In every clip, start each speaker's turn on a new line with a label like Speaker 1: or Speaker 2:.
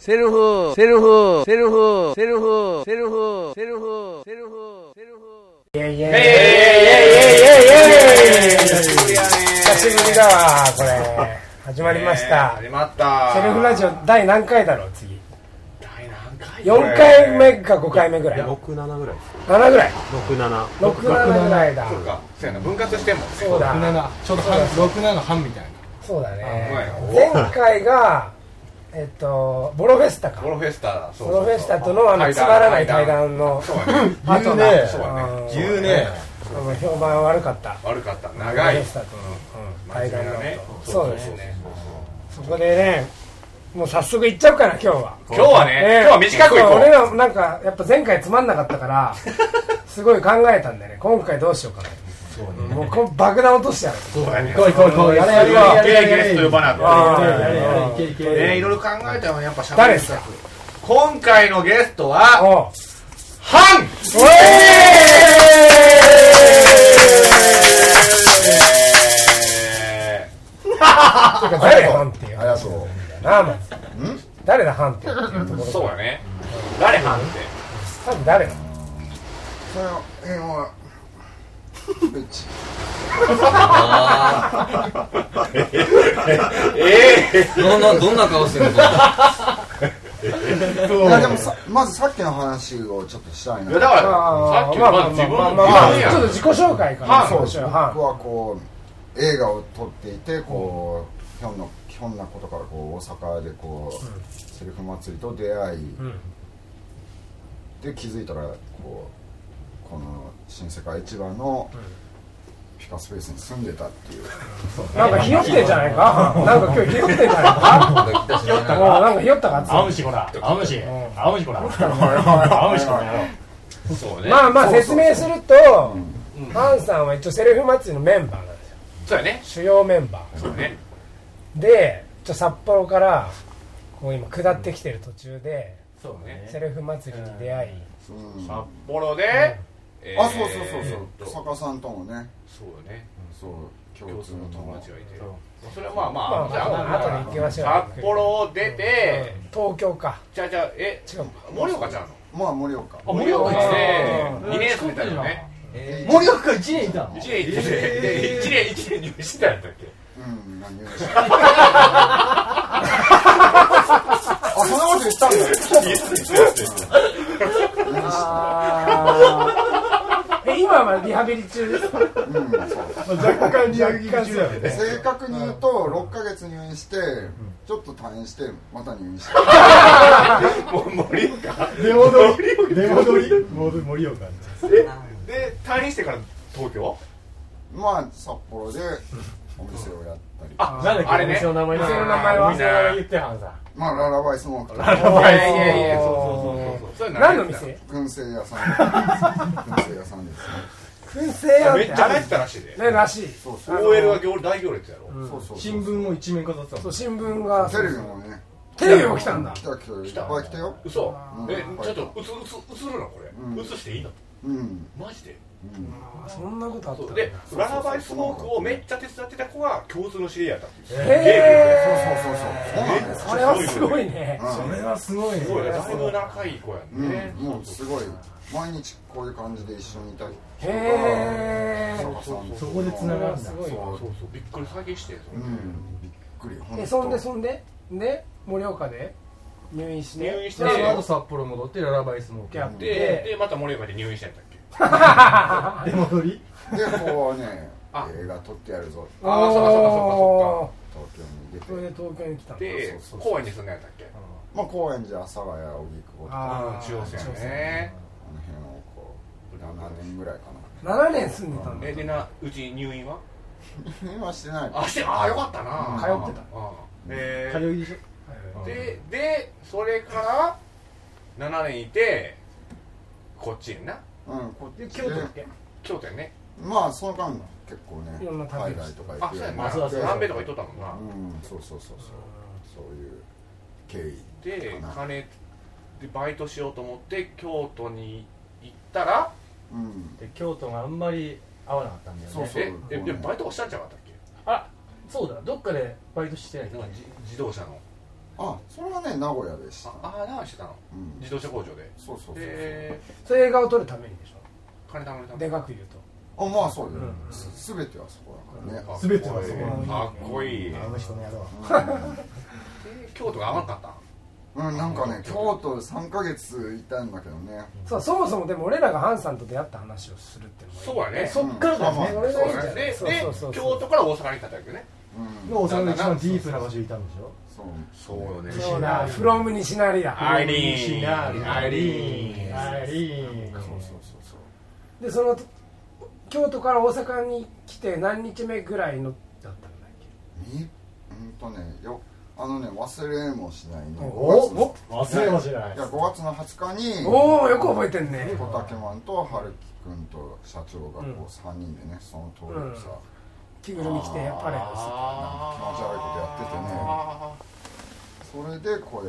Speaker 1: セルフセルフセルフセルフセルフセルフセルフセルフ
Speaker 2: イェイイェイイェイイェイイェイイェイイェイイェイ久しぶりだわ、これ。始まりました。
Speaker 3: 始まった
Speaker 2: セルフラジオ第何回だろう、次。
Speaker 3: 第何回
Speaker 2: 4回目か5回目ぐらい。7
Speaker 4: 67ぐらいです
Speaker 2: ぐらい。
Speaker 4: 67
Speaker 2: 6、7ぐらいだ。
Speaker 3: そうかそうやな分割してんもんね
Speaker 2: そうだ。
Speaker 5: 67ちょっと半67半みたいな
Speaker 2: そうだね
Speaker 3: う。まい
Speaker 2: 前回が、えっと、ボロフェスタか
Speaker 3: ボ。ロフェスタだそ
Speaker 2: ボロフェスタとのあの、つまらない対談の
Speaker 3: そうやね
Speaker 2: 後だ。
Speaker 5: 言うね
Speaker 3: そうやね
Speaker 2: うん
Speaker 5: 言うね
Speaker 2: あの評判悪かった。
Speaker 3: 悪かった
Speaker 2: ボロ
Speaker 3: 長
Speaker 2: フ
Speaker 3: い
Speaker 2: ェスタとのうん対
Speaker 3: 真
Speaker 2: 談
Speaker 3: 面目
Speaker 2: の
Speaker 3: なね
Speaker 2: 後。そうです
Speaker 3: そう
Speaker 2: ね。
Speaker 3: ね
Speaker 2: そこでね、もう早速行っちゃうから、今日は。
Speaker 3: 今日はね今日は短くいこ
Speaker 2: そう俺
Speaker 3: う
Speaker 2: らなんか、やっぱ前回つまんなかった から、すごい考えたんだよね。今回どうしようかな。もうこう爆弾落としてやる。
Speaker 3: そうやね
Speaker 5: こいこいこいやれやれやれ
Speaker 3: ゲ
Speaker 5: や
Speaker 3: イ
Speaker 5: れ
Speaker 3: ゲスト呼ばな
Speaker 2: あ
Speaker 3: く
Speaker 5: やれやれいけいけ
Speaker 3: てねいろいろ考えたのやっぱしゃ
Speaker 2: 誰ですか
Speaker 3: 今回のゲストは
Speaker 2: おう
Speaker 3: ハン
Speaker 2: おい誰だハンっていう。
Speaker 6: あそう
Speaker 2: なあもう誰だハンっていう。
Speaker 3: そうやね誰ハンって
Speaker 2: 多分誰だ
Speaker 6: それをえもうち
Speaker 3: ええ
Speaker 7: どんな、どんな顔してるの
Speaker 6: いやでもさまずさっきの話をちょっとしたい
Speaker 3: いや
Speaker 6: な
Speaker 3: だから
Speaker 2: あー
Speaker 3: さっき
Speaker 2: まあ
Speaker 3: の
Speaker 2: ま
Speaker 3: ま
Speaker 2: あ
Speaker 3: あ
Speaker 2: ま
Speaker 3: 自
Speaker 2: あまあまあ
Speaker 3: 分の自分
Speaker 2: ちょっと自己
Speaker 3: や
Speaker 2: 紹介から。
Speaker 3: ハン
Speaker 2: そうしようハ
Speaker 6: 僕はこう映画を撮っていてこうひょんなひょんなことからこう大阪でこう、セルフ祭りと出会い、
Speaker 2: ん
Speaker 6: で気づいたらこうこの新世界市場の、ピカスペースに住んでたっていう
Speaker 2: ンなんかひよってんじゃない か。なんか今日ひよってんじゃないか。もうなんかひよったかっつうの
Speaker 5: 青虫こら青虫青虫こら青虫こらやろ
Speaker 3: そうね
Speaker 2: まあまあ
Speaker 6: そうそ
Speaker 2: 説
Speaker 6: うそう
Speaker 2: 明すると、ハンさんは一応セルフ祭りのメンバーなんですよ
Speaker 3: そうやね
Speaker 2: 主要メンバ
Speaker 3: そうやね
Speaker 2: ーで一応札幌からこう今下ってきてる途中で
Speaker 5: そうね
Speaker 2: セルフ祭りに出会い
Speaker 6: うん
Speaker 3: 札幌で、えー
Speaker 6: あそうそうそうそ
Speaker 3: そ
Speaker 6: う坂さんともね
Speaker 3: そうね
Speaker 6: そう共
Speaker 3: 共
Speaker 6: 通
Speaker 3: 通
Speaker 6: の
Speaker 3: の友
Speaker 6: 友達
Speaker 3: 達がいてそれはまあま
Speaker 2: まあ
Speaker 3: あじゃあ
Speaker 2: まあ後に行きましょう
Speaker 3: 札幌を出て
Speaker 2: うん東京か
Speaker 3: じゃあじゃあえ
Speaker 2: 違うか
Speaker 3: 盛岡ちゃんの
Speaker 6: まあ盛岡
Speaker 5: あ
Speaker 3: 盛
Speaker 2: う
Speaker 3: 岡行っ
Speaker 2: ん
Speaker 3: て2年住んでたよね
Speaker 5: 盛岡1年いたの
Speaker 3: 1年行ってて1年1年入院してたやったっけ
Speaker 6: うん、何をしたあ、そんなこと言ったんだ
Speaker 2: え今はリハビリ中ですか
Speaker 6: うん、そう
Speaker 5: 若干リアル気中だよね
Speaker 6: 正確に言うと、6ヶ月入院して、ちょっと退院して、また入院して
Speaker 3: もう盛岡
Speaker 5: 出戻り出戻り盛岡
Speaker 3: で退院してから東京
Speaker 6: まあ、札幌でお店をやったり
Speaker 3: あ
Speaker 5: なんだっけ
Speaker 3: あれね
Speaker 5: 店の名前
Speaker 2: 店の名前は
Speaker 5: 店の名前言ってはんさ
Speaker 6: まあ、ララバイスモークとか
Speaker 3: いやいやいやそうそうそうそうそういう
Speaker 2: 何の
Speaker 3: 入ってた
Speaker 2: 店
Speaker 6: 燻製屋さん燻製屋さんですね
Speaker 2: 燻製屋
Speaker 3: め
Speaker 2: っ
Speaker 3: ってちゃ
Speaker 2: あ
Speaker 3: 入っ
Speaker 2: る
Speaker 3: てたらしいで
Speaker 2: ねらしい
Speaker 6: そうそう
Speaker 3: OL は行大行列やろ
Speaker 6: そうそう
Speaker 5: 新聞も一面飾ってた
Speaker 2: そ
Speaker 5: の
Speaker 2: う新聞が
Speaker 6: テレビもね、
Speaker 2: テレビも来たんだ
Speaker 6: 来た来た、いっぱい来たよ
Speaker 3: 嘘
Speaker 6: うん
Speaker 3: えちょっと映映映るのこ
Speaker 6: うん
Speaker 3: れ映していいの
Speaker 6: うん、
Speaker 3: マジで
Speaker 2: あそんなことあったんだ
Speaker 3: でララバイスモークをめっちゃ手伝ってた子が共通の知り合いだったっていう
Speaker 2: へ
Speaker 6: そう
Speaker 2: え
Speaker 6: そうそうそうそうなんです
Speaker 2: それはすごいね
Speaker 6: うん
Speaker 5: それはすごいね
Speaker 3: すごいねだいぶ仲いい子や
Speaker 6: うん
Speaker 3: ね
Speaker 6: もうすごい毎日こういう感じで一緒にいたりとか
Speaker 2: へー
Speaker 6: 坂さんとか
Speaker 5: そこで繋
Speaker 2: それ
Speaker 5: が
Speaker 2: は
Speaker 5: るん
Speaker 2: す
Speaker 5: だ
Speaker 2: ごい
Speaker 3: そ
Speaker 2: わ
Speaker 3: うそうそうびっくり最近してそれ
Speaker 6: うんびっくりほ
Speaker 2: えそんで
Speaker 6: ん
Speaker 2: そんでで盛岡で入院して
Speaker 3: 入院して
Speaker 5: でその後札幌戻ってララバイスモー
Speaker 2: やっ
Speaker 5: ク
Speaker 3: で
Speaker 2: て
Speaker 3: でまた盛岡で入院したんやったっけ
Speaker 5: 出戻り
Speaker 6: でこうね
Speaker 3: あ
Speaker 6: 映画撮ってやるぞ
Speaker 3: あーそうかそうかそうかそ
Speaker 6: 東京に出
Speaker 2: それで
Speaker 6: て
Speaker 2: 東京に来たんだ
Speaker 3: で
Speaker 6: そうそうそう
Speaker 3: 公園に住んだんやったっけ
Speaker 6: まあ高円寺阿佐ヶ谷荻窪とかあ
Speaker 2: あ
Speaker 3: うん
Speaker 2: ー
Speaker 3: 中央線やね
Speaker 6: の辺をこう7年ぐらいか
Speaker 2: 7年住んでたんだ
Speaker 3: えでなうち入院は
Speaker 6: な今してない
Speaker 3: あしてあよかったな
Speaker 2: 通ってた
Speaker 3: うんで
Speaker 5: 通いでしょ
Speaker 3: ででそれから7年いてこっちにな
Speaker 6: うんこっ
Speaker 2: で
Speaker 6: ち
Speaker 2: 京都行っ
Speaker 6: で
Speaker 2: て
Speaker 3: 京都やね
Speaker 6: まあその間結構ね
Speaker 2: いろんな旅
Speaker 6: 海
Speaker 2: を
Speaker 6: 外
Speaker 2: して
Speaker 6: とか行
Speaker 3: あ
Speaker 6: く
Speaker 3: そう
Speaker 6: よう
Speaker 3: や
Speaker 6: に
Speaker 3: な
Speaker 6: なって
Speaker 5: そうそう
Speaker 3: 南米とか行っとったもんな
Speaker 6: うんそうそうそうそうそういう経緯
Speaker 3: で
Speaker 6: かな
Speaker 3: 金でバイトしようと思って京都に行ったら
Speaker 6: うん
Speaker 5: で京都があんまり合わなかったんだよね
Speaker 6: そうそう
Speaker 3: ええでもバイトしたんちゃうかったっけ
Speaker 5: あそうだどっかでバイトしてない
Speaker 3: なんかじ自動車の
Speaker 6: あそれはね名古屋でした
Speaker 3: ああー何してたの
Speaker 6: うん
Speaker 3: 自動車工場で
Speaker 6: そうそうそうそう、
Speaker 3: で
Speaker 2: それ映画を撮るためにでし
Speaker 3: 金貯めるた
Speaker 2: ょ
Speaker 3: め
Speaker 2: でかく言うと
Speaker 6: あまあそうだよ、
Speaker 2: うん
Speaker 6: す全てはそこだからね、
Speaker 3: か
Speaker 5: 全てはそこ
Speaker 3: うかっこいいで
Speaker 5: あの人の野郎
Speaker 3: 京都が甘かった
Speaker 6: うん、なんかね京都3ヶ月いたんだけどね
Speaker 2: そうそもそもでも俺らがハンさんと出会った話をするっていうのもいい
Speaker 3: そうやね
Speaker 5: そっからだ
Speaker 6: うん
Speaker 5: よ
Speaker 6: ま
Speaker 5: ね
Speaker 2: 俺がいいんじゃない
Speaker 3: で
Speaker 2: そうそうそう
Speaker 3: で京都から大阪に行ったんだけどね
Speaker 6: うん
Speaker 5: のおさが一番ディープな場所にいたんでしょ
Speaker 6: そう
Speaker 3: そうよね
Speaker 2: そうだフロム西成
Speaker 3: ア
Speaker 2: だ
Speaker 3: イリーン
Speaker 5: シナリ
Speaker 3: アイリーン
Speaker 5: アイリーン
Speaker 6: そうそうそうそう
Speaker 2: でその京都から大阪に来て何日目ぐらいのだったんだっ
Speaker 6: みうんとねよあのね忘れもしないね
Speaker 2: お
Speaker 6: 5月の
Speaker 5: 忘れもしない
Speaker 6: いや5月の20日
Speaker 2: け
Speaker 6: に
Speaker 2: おおよく覚えてんね
Speaker 6: 小竹マンと春樹君と社長がこ
Speaker 2: うん
Speaker 6: う3人でねその通りにさ、
Speaker 2: うん着ぐるみ着てやっぱり
Speaker 3: あ
Speaker 6: それで声かけたのが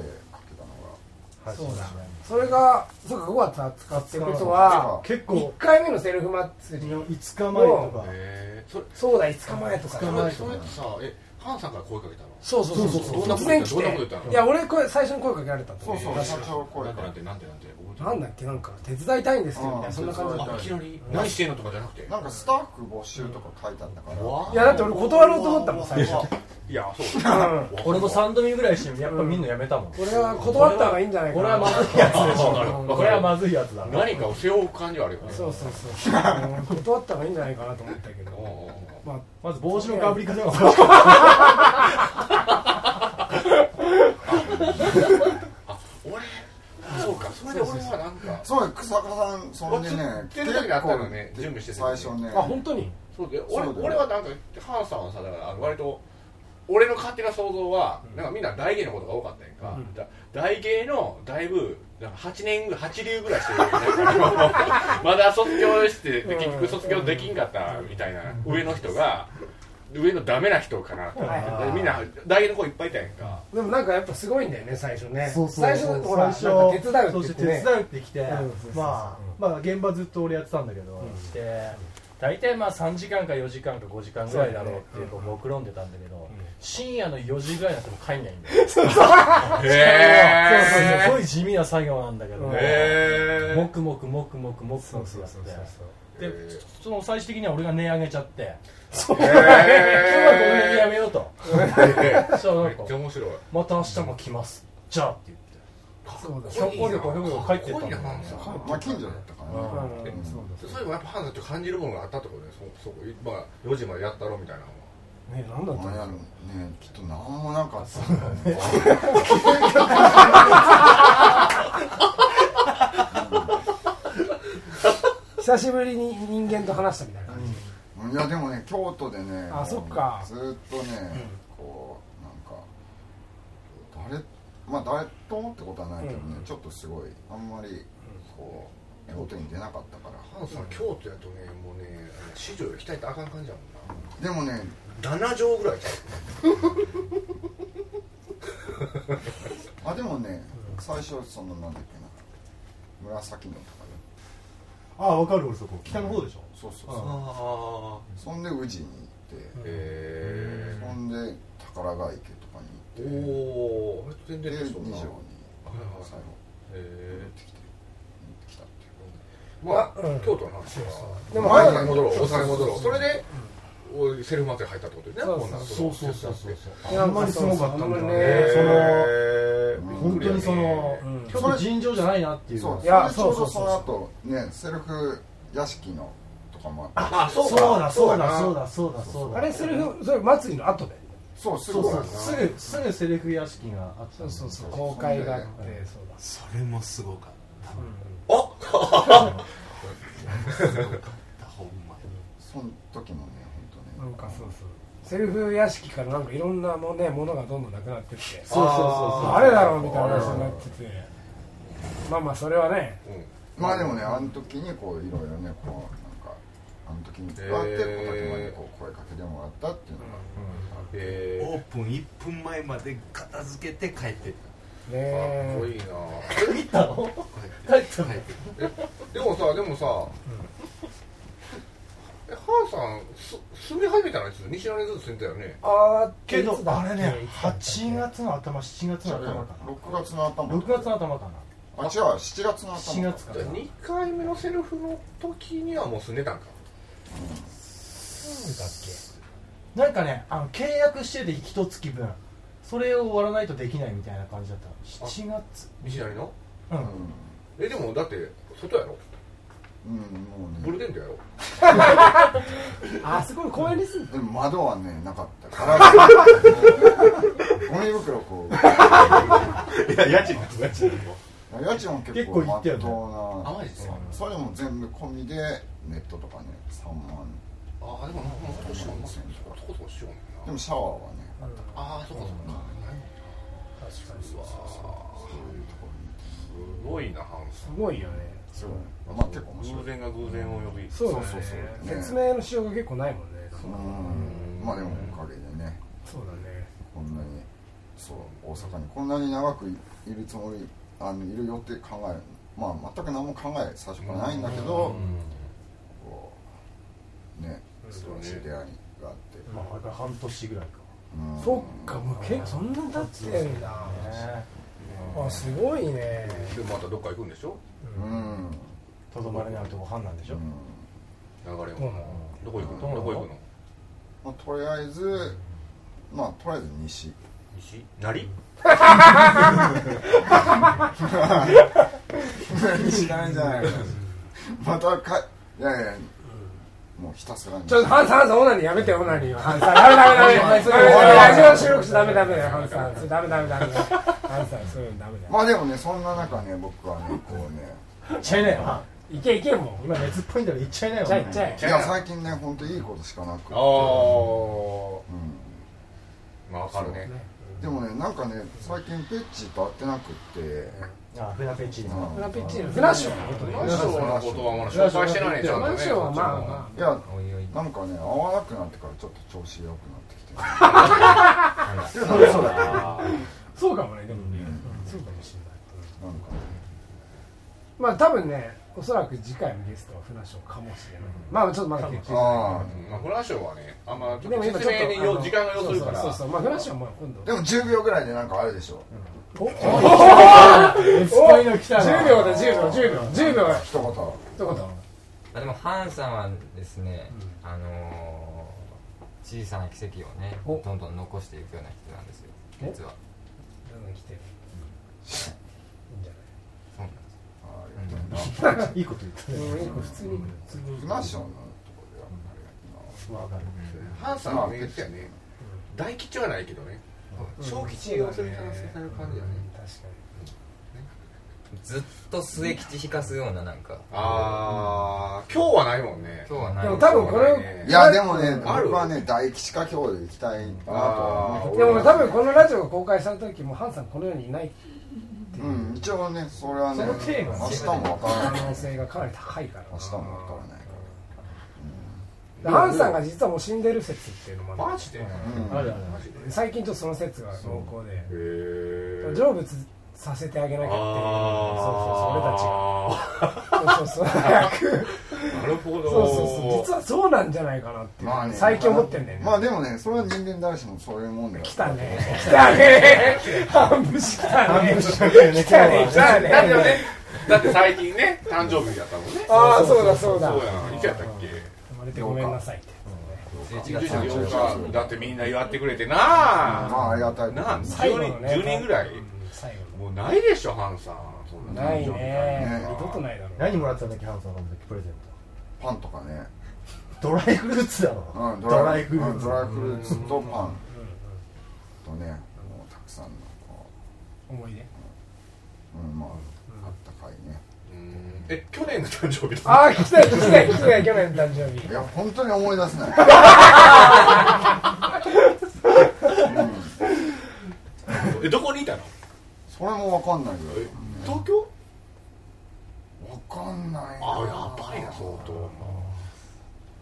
Speaker 5: はい
Speaker 2: そうだそれがそうか5月20日ってことは
Speaker 5: 結
Speaker 2: 1
Speaker 5: 構
Speaker 2: 回目のセルフ祭り
Speaker 5: 5日前とか
Speaker 3: ーへーそれ
Speaker 2: そうだ5日前と
Speaker 5: 五日前
Speaker 2: か
Speaker 3: それそれってさえハンさんから声かけたの
Speaker 2: そうそうそうそう
Speaker 3: どんなこ
Speaker 2: 突
Speaker 3: と
Speaker 2: 然
Speaker 3: 言っ
Speaker 2: 来
Speaker 3: たどんなこと言った
Speaker 2: て
Speaker 3: の
Speaker 2: いや俺これ最初に声かけられたと
Speaker 6: そうそう社長
Speaker 3: な
Speaker 6: 声
Speaker 3: ん
Speaker 6: か
Speaker 3: かな
Speaker 6: け
Speaker 3: ん
Speaker 6: て
Speaker 3: てなんてなんて覚えてる
Speaker 2: なんだっけなんか手伝いたいんですけどみたいなそんな感じだった
Speaker 3: あいきなり何してんのとかじゃなくて
Speaker 6: なんかスタッフ募集とか書いてあったから、
Speaker 3: わ
Speaker 2: いやだって俺断ろうと思ったもん最初
Speaker 3: いやそうだ
Speaker 2: うん
Speaker 5: 俺も3度目ぐらいしてやっぱみんなやめたもん
Speaker 2: 俺は断った方がいいんじゃないか
Speaker 5: これは
Speaker 2: な
Speaker 5: まずいやつでし
Speaker 3: なるほ
Speaker 5: ょ
Speaker 3: ど
Speaker 5: これはまずいやつだな
Speaker 3: 何かを背負う感じはあるよね
Speaker 2: そうそうそううん断った方がいいんじゃないかなと思ったけ
Speaker 3: おう
Speaker 2: ど
Speaker 3: おうおう
Speaker 2: まあ
Speaker 5: まず帽子のかぶり方がおかしかっ
Speaker 3: 俺あそうかそれで俺はなんか
Speaker 6: そうね草加さんそれでね
Speaker 3: 釣ってる時にあったのね準備してた
Speaker 6: 最
Speaker 3: 時
Speaker 6: 初ね
Speaker 2: あ本当に
Speaker 3: そうで
Speaker 6: そうだ
Speaker 3: 俺
Speaker 6: よね
Speaker 3: 俺はなんかハンさんはさだからあの割と俺の勝手な想像は、なんかみんな大芸のことが多かったやんか、だ大芸のだいぶなんか8年ぐらい8流ぐらいしてるなんか まだ卒業してで結局卒業できんかったみたいな上の人が上のダメな人かなと思
Speaker 2: はいはい
Speaker 3: ってでみんな大芸の子いっぱいいたやんか
Speaker 2: でもなんかやっぱすごいんだよね最初ね
Speaker 5: たそうそう
Speaker 2: 最初ほらなんか手伝う
Speaker 5: そ
Speaker 2: っ
Speaker 5: してて手
Speaker 2: 言って
Speaker 5: 伝
Speaker 2: ね
Speaker 5: うって来て
Speaker 2: うんそうそうそう
Speaker 5: まあまあ現場ずっと俺やってたんだけどして大体まあ3時間か4時間か5時間ぐらいだろうっていうこう目論んでたんだけど深夜の4時ぐらいになっても帰んないんだよす
Speaker 3: へ
Speaker 5: ごい地味な作業なんだけど
Speaker 2: うん
Speaker 3: え
Speaker 5: もくもくもくもくもくもくやってでその最終的には俺が値上げちゃって今日はごめんやめようとそ う
Speaker 3: め
Speaker 5: なん
Speaker 3: っちゃ
Speaker 5: か
Speaker 3: 面白い
Speaker 5: また明日も来ますじゃあって言って
Speaker 2: そうだ
Speaker 5: ひょっこりこひょっこり帰ってった
Speaker 3: かっこい
Speaker 5: んだよ
Speaker 3: いなハンさん
Speaker 6: まあ近所だったからね、
Speaker 2: うん
Speaker 3: え
Speaker 2: そうだ
Speaker 3: それもやっぱハンさんって感じるものがあったってことねそそこ、まあ、4時までやったろみたいなのは
Speaker 2: ねなんだった
Speaker 6: まあ
Speaker 2: ん
Speaker 6: い
Speaker 2: だ
Speaker 6: や
Speaker 2: ろ
Speaker 6: ね
Speaker 2: う
Speaker 6: きっと何もなかったんだよね
Speaker 2: 久しぶりに人間と話したみたいな感じ
Speaker 6: いやでもね京都でね
Speaker 2: あそっか
Speaker 6: ずーっとねこうなんか誰まあ誰ともってことはないけどね、ちょっとすごいあんまりこう表に出なかったから
Speaker 3: ハンさん京都やとねもうねあの市場より鍛えたらあかん感じやもん
Speaker 6: でもね
Speaker 3: な7畳ぐらいちゃ
Speaker 6: あでもね最初そのなんだっけな紫のとかで
Speaker 5: ああ分かる俺そこ北の方でしょ
Speaker 6: そうそう
Speaker 5: う
Speaker 6: そ
Speaker 3: あ
Speaker 6: うそんで宇治に行って、
Speaker 3: へえ
Speaker 6: そんで宝ヶ池とか
Speaker 3: お
Speaker 6: に行って
Speaker 3: おー全
Speaker 6: で
Speaker 3: 然
Speaker 6: 二
Speaker 3: 出
Speaker 6: 条
Speaker 3: て
Speaker 6: に
Speaker 3: そうなへ
Speaker 6: 最後
Speaker 3: え
Speaker 6: 持ってきて持ってきたっていう
Speaker 3: まあ、
Speaker 2: うん
Speaker 3: 京都の話は
Speaker 2: で
Speaker 3: で
Speaker 2: も
Speaker 3: も
Speaker 2: ハン
Speaker 3: 大
Speaker 2: さん
Speaker 3: 阪に戻ろう大阪に戻ろうそれで、おセルフ祭り入ったってことですね
Speaker 2: そうそう
Speaker 3: こんな
Speaker 5: そうそうそうそう
Speaker 2: い
Speaker 5: そう
Speaker 2: や
Speaker 5: あんまりすごかったんだよ
Speaker 2: えー
Speaker 5: ねその
Speaker 3: の
Speaker 5: 本当にその
Speaker 2: うん
Speaker 5: ちょっと尋常じゃないなっていう
Speaker 6: そう
Speaker 2: いや
Speaker 6: それでちょう
Speaker 2: そうそ
Speaker 6: どそうの
Speaker 2: そう
Speaker 6: 後ねセルフ屋敷のとかもあって
Speaker 3: あそうか
Speaker 5: そうだそうだそう
Speaker 3: だ
Speaker 5: だそうだそうだ
Speaker 2: あれセルフそれ祭りの後で
Speaker 6: そうす
Speaker 5: そ
Speaker 6: ぐ
Speaker 5: う
Speaker 6: 終
Speaker 5: そ
Speaker 6: わ
Speaker 5: う
Speaker 6: る
Speaker 5: すぐすぐセレフ屋敷があったんだよ
Speaker 2: 公開があってそうだ
Speaker 4: それもすごかった
Speaker 3: お
Speaker 4: ほんまに
Speaker 6: その時もね本当
Speaker 2: な
Speaker 6: ね
Speaker 2: んかそうそうセルフ屋敷からなんかいろんなもねものがどんどんなくなってって
Speaker 5: そうそうそう
Speaker 2: あれだろうみたいな話になっててまあまあそれはね
Speaker 3: うん
Speaker 6: まあでもねあの時にこういろいろねこうなんかあの時にこうやって小竹までこう声かけてもらったっていうのが
Speaker 3: え
Speaker 4: オープン1分前まで片付けて帰ってった
Speaker 3: ー、かっこ
Speaker 2: ね
Speaker 3: いいな
Speaker 5: そう帰ったの
Speaker 3: でもさでもさ、えハンさんんす住み始めたのいつ西成ずつ住んでたよね
Speaker 2: ああ
Speaker 5: けどあれね
Speaker 2: 八
Speaker 5: 8月の頭7月の頭か
Speaker 6: 6月の頭
Speaker 5: な6月の頭かな
Speaker 6: あ違う7月の頭
Speaker 5: 7月か
Speaker 3: じゃあ
Speaker 5: な
Speaker 3: 2回目のセルフの時にはもう住んでたんか
Speaker 5: そうだっけなんかねあの契約してて一月分それを終わらないとできないみたいな感じだった7月
Speaker 3: 西成の
Speaker 5: うん、
Speaker 3: えでもだって外やろ
Speaker 6: うん、うん、もう
Speaker 3: ブ
Speaker 6: ね
Speaker 3: ルデントやろ
Speaker 2: あそこの公園に住んで
Speaker 6: でも窓はねなかったガラスだったねゴミ袋こう
Speaker 3: いや家賃です家賃
Speaker 6: 家賃も結
Speaker 5: 結構
Speaker 6: 構
Speaker 5: 行
Speaker 6: ま
Speaker 5: っ
Speaker 6: ったと
Speaker 5: よね
Speaker 6: う
Speaker 3: あ
Speaker 6: な
Speaker 3: マジですか
Speaker 6: それも全部込みでネットとかね3万
Speaker 3: あでもなんかもう少しもうそこそこしようねん
Speaker 6: で
Speaker 3: な
Speaker 6: もシャワーはね
Speaker 3: ああそうかそうか
Speaker 2: 確かにす
Speaker 3: うわーすごいなハンさん
Speaker 2: ごいよね
Speaker 6: すごいまあ結構面白い
Speaker 3: 偶然が偶然を呼び
Speaker 2: そうだね
Speaker 6: そうそうそう
Speaker 2: 説明のしようが結構ないもんね
Speaker 6: うんまあでもおかげでね
Speaker 2: そうだね
Speaker 6: こんなにそう大阪にこんなに長くいいるつもりあのいる予定考えまあ全く何も考え最初からないんだけどこうね素晴らしい出会いがあって
Speaker 5: まああれから半年ぐらいか
Speaker 6: うん
Speaker 2: そっかもう結構そんなに経ってんだ
Speaker 5: ね
Speaker 2: あすごいね
Speaker 3: でまたどっか行くんでしょ
Speaker 6: うんうん
Speaker 5: とどまれないとご判断でしょ、
Speaker 3: 流れを
Speaker 2: どうなの
Speaker 3: どこ行く
Speaker 5: ど
Speaker 3: の
Speaker 5: うなの
Speaker 3: どこ行くの
Speaker 6: まあとりあえずまあとりあえず西
Speaker 3: 西成
Speaker 6: 知らないじゃないか またかいやいやもうひたすらに
Speaker 2: ちょっとハンさんハンさんオナニーやめてオナニーはハンさんダメダメダメ ダメそれラジオ収録しちゃダメダメだよハンさんそれダメダメダメハンさんそういうのダメだよ
Speaker 6: まあでもねそんな中ね僕はねこうね
Speaker 5: 行っちゃいなよない
Speaker 2: けいけもう
Speaker 5: 今熱っぽいんだから行っちゃいなよ
Speaker 2: ちゃいちゃい
Speaker 6: いや最近ね本当いいことしかなくて
Speaker 3: ああ
Speaker 6: うん
Speaker 3: まあわかるね
Speaker 6: でもねなんかね最近ペッチと会ってなくって
Speaker 5: あフェラペチーノ
Speaker 2: フ
Speaker 6: う
Speaker 2: ラ
Speaker 6: ん
Speaker 2: ペチーノフラッシュは
Speaker 3: フラッシュのことはまだ紹介してないねちゃ
Speaker 2: フ
Speaker 3: んと
Speaker 2: ラ
Speaker 3: ね
Speaker 2: ッシュはまあま
Speaker 6: いやなんかね会わなくなってからちょっと調子良くなってきて
Speaker 5: そうだ
Speaker 2: あそうかもねでもねそうかもしれない
Speaker 6: なんかね
Speaker 2: まあ多分ねおそらく次回のゲストはフラッシュかもしれないまあちょっとまだ決定してない
Speaker 6: あ
Speaker 3: うんまあフラッシュはねあんまち
Speaker 2: で
Speaker 3: ょ
Speaker 2: も
Speaker 3: っと
Speaker 2: 今
Speaker 3: 説
Speaker 2: ちょっと
Speaker 3: 明によ時間が要するか
Speaker 2: そうそう
Speaker 3: ら
Speaker 2: そうそうまあフラッシュはもう今度
Speaker 6: あでも10秒ぐらいでなんかあるでしょ
Speaker 5: 熱っぽいの来たな
Speaker 2: 10秒だ10秒10秒10秒
Speaker 6: 一言
Speaker 2: 一言
Speaker 7: あでもハンさんはですね、あのー小さな奇跡をね
Speaker 2: お
Speaker 7: どんどん残していくような人なんですよ
Speaker 2: お
Speaker 7: 実は
Speaker 2: どんどん来てるいいんじゃない
Speaker 7: そうな
Speaker 6: あありがとう
Speaker 7: んです
Speaker 6: な
Speaker 5: はいいこと言ったね
Speaker 2: うんよく普通に普通に
Speaker 6: フナションのとこでやっぱり今
Speaker 5: わかる
Speaker 3: ハンさんはね言ってたよね大吉はないけどね小吉がそれからされる感じだね
Speaker 2: 確か
Speaker 7: ずっと末吉引かすようななんか
Speaker 3: ああ今日はないもんね
Speaker 7: 今日は
Speaker 2: に
Speaker 7: ない
Speaker 2: でも多分これ
Speaker 3: ね
Speaker 6: いやでもね
Speaker 3: ある
Speaker 6: 僕はね大吉か今日で行きたいなとは
Speaker 3: あ
Speaker 6: 思
Speaker 2: でも多分このラジオが公開された時もハンさんこの世にいない
Speaker 6: ってうん一応ねそれはね
Speaker 5: そのテーマ
Speaker 6: 明日も分から
Speaker 2: 可
Speaker 6: ない
Speaker 2: 能性がかなり高いから
Speaker 6: 明日も分からないか
Speaker 2: でハンさんが実はもう死んでる説っていうのもある
Speaker 3: マジでへ
Speaker 5: あるある
Speaker 2: 最近ちょっとその説が濃厚で
Speaker 3: え
Speaker 2: 成仏させてあげなきゃっていうそうそうそう俺たちがそう
Speaker 3: あ
Speaker 2: そうそう早く
Speaker 3: ーなるほど
Speaker 2: そう そうそう実はそうなんじゃないかなっていう、
Speaker 6: らね
Speaker 2: 最近思ってんだよね、
Speaker 6: まあでもねそれは人間誰しもそういうもんだよ
Speaker 2: 来たね来たね 半分し来たね来たね来た
Speaker 3: だって
Speaker 2: ね
Speaker 3: ねだって最近ね誕生日だったもんね
Speaker 2: ああそうだそうだ
Speaker 3: そう
Speaker 2: 生
Speaker 3: やんいつやったっけ
Speaker 2: まれてごめんなさいって
Speaker 7: 11月30
Speaker 3: 11日だってみんな祝ってくれてなあ
Speaker 6: まあありがたいこと
Speaker 3: なあ
Speaker 6: に
Speaker 2: 最後の
Speaker 3: 10人
Speaker 2: ね
Speaker 3: 10人ぐらい
Speaker 2: うん最後
Speaker 3: もうないでしょハンさんそん
Speaker 2: のない
Speaker 3: 誕生日会
Speaker 2: ね
Speaker 6: ね
Speaker 2: 二度とないだろう
Speaker 5: 何もらってたんだっけハンさんの時プレゼン
Speaker 6: パンとかね
Speaker 5: トドライフルーツだろ
Speaker 6: うん
Speaker 5: ドライフル
Speaker 6: う
Speaker 5: ー
Speaker 6: ん
Speaker 5: ツ
Speaker 6: ドライフルーツとパンとねもうたくさんのこ
Speaker 2: 思い出
Speaker 6: ううんまああったかいね
Speaker 3: うんえ去年の誕生日だ
Speaker 2: ああ聞きたい聞きたい聞きたい去年の誕生日
Speaker 6: いや本当に思い出せない
Speaker 3: えどこにいたの
Speaker 6: それも分かんないよ
Speaker 3: 東京
Speaker 6: 分かんないな
Speaker 3: あやばいな相当